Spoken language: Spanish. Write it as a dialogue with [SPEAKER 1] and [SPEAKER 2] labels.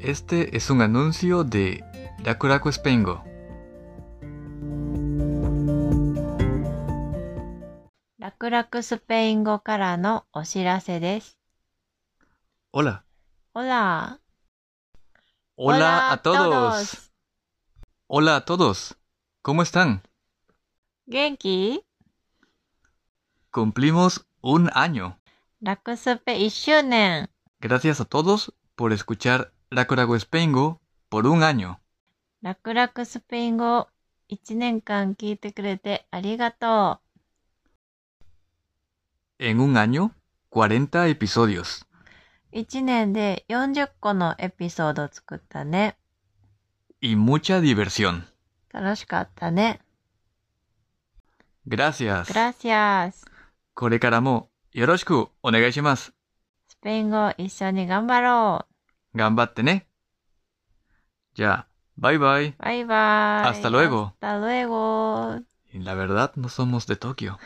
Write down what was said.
[SPEAKER 1] Este es un anuncio de Rakuraku Spengo.
[SPEAKER 2] Rakuraku スペイン語からのお知らせです。
[SPEAKER 1] Hola.
[SPEAKER 2] ほら、
[SPEAKER 1] Hola a
[SPEAKER 2] a todos.
[SPEAKER 1] todos. Hola a todos. ¿Cómo están?
[SPEAKER 2] 元気
[SPEAKER 1] Cumplimos un año.
[SPEAKER 2] ラクスペ1周年
[SPEAKER 1] Gracias a todos por escuchar Rakuraku Spengo por un año.
[SPEAKER 2] ラクラクスペイン語を1年間聞いてくれてありがと
[SPEAKER 1] En un año, 40 episodios.
[SPEAKER 2] う。1年で40個のエピソードを作ったね。
[SPEAKER 1] Y mucha diversión.
[SPEAKER 2] 楽しかったね。
[SPEAKER 1] Gracias.
[SPEAKER 2] グラシアス。
[SPEAKER 1] これからもよろしくお願いします。
[SPEAKER 2] スペイン語を一緒に頑張ろ
[SPEAKER 1] 頑張ってね。じゃあ、バイバイ。
[SPEAKER 2] う。バイバイ。
[SPEAKER 1] Hasta luego.
[SPEAKER 2] Hasta luego.
[SPEAKER 1] La verdad no somos de Tokio.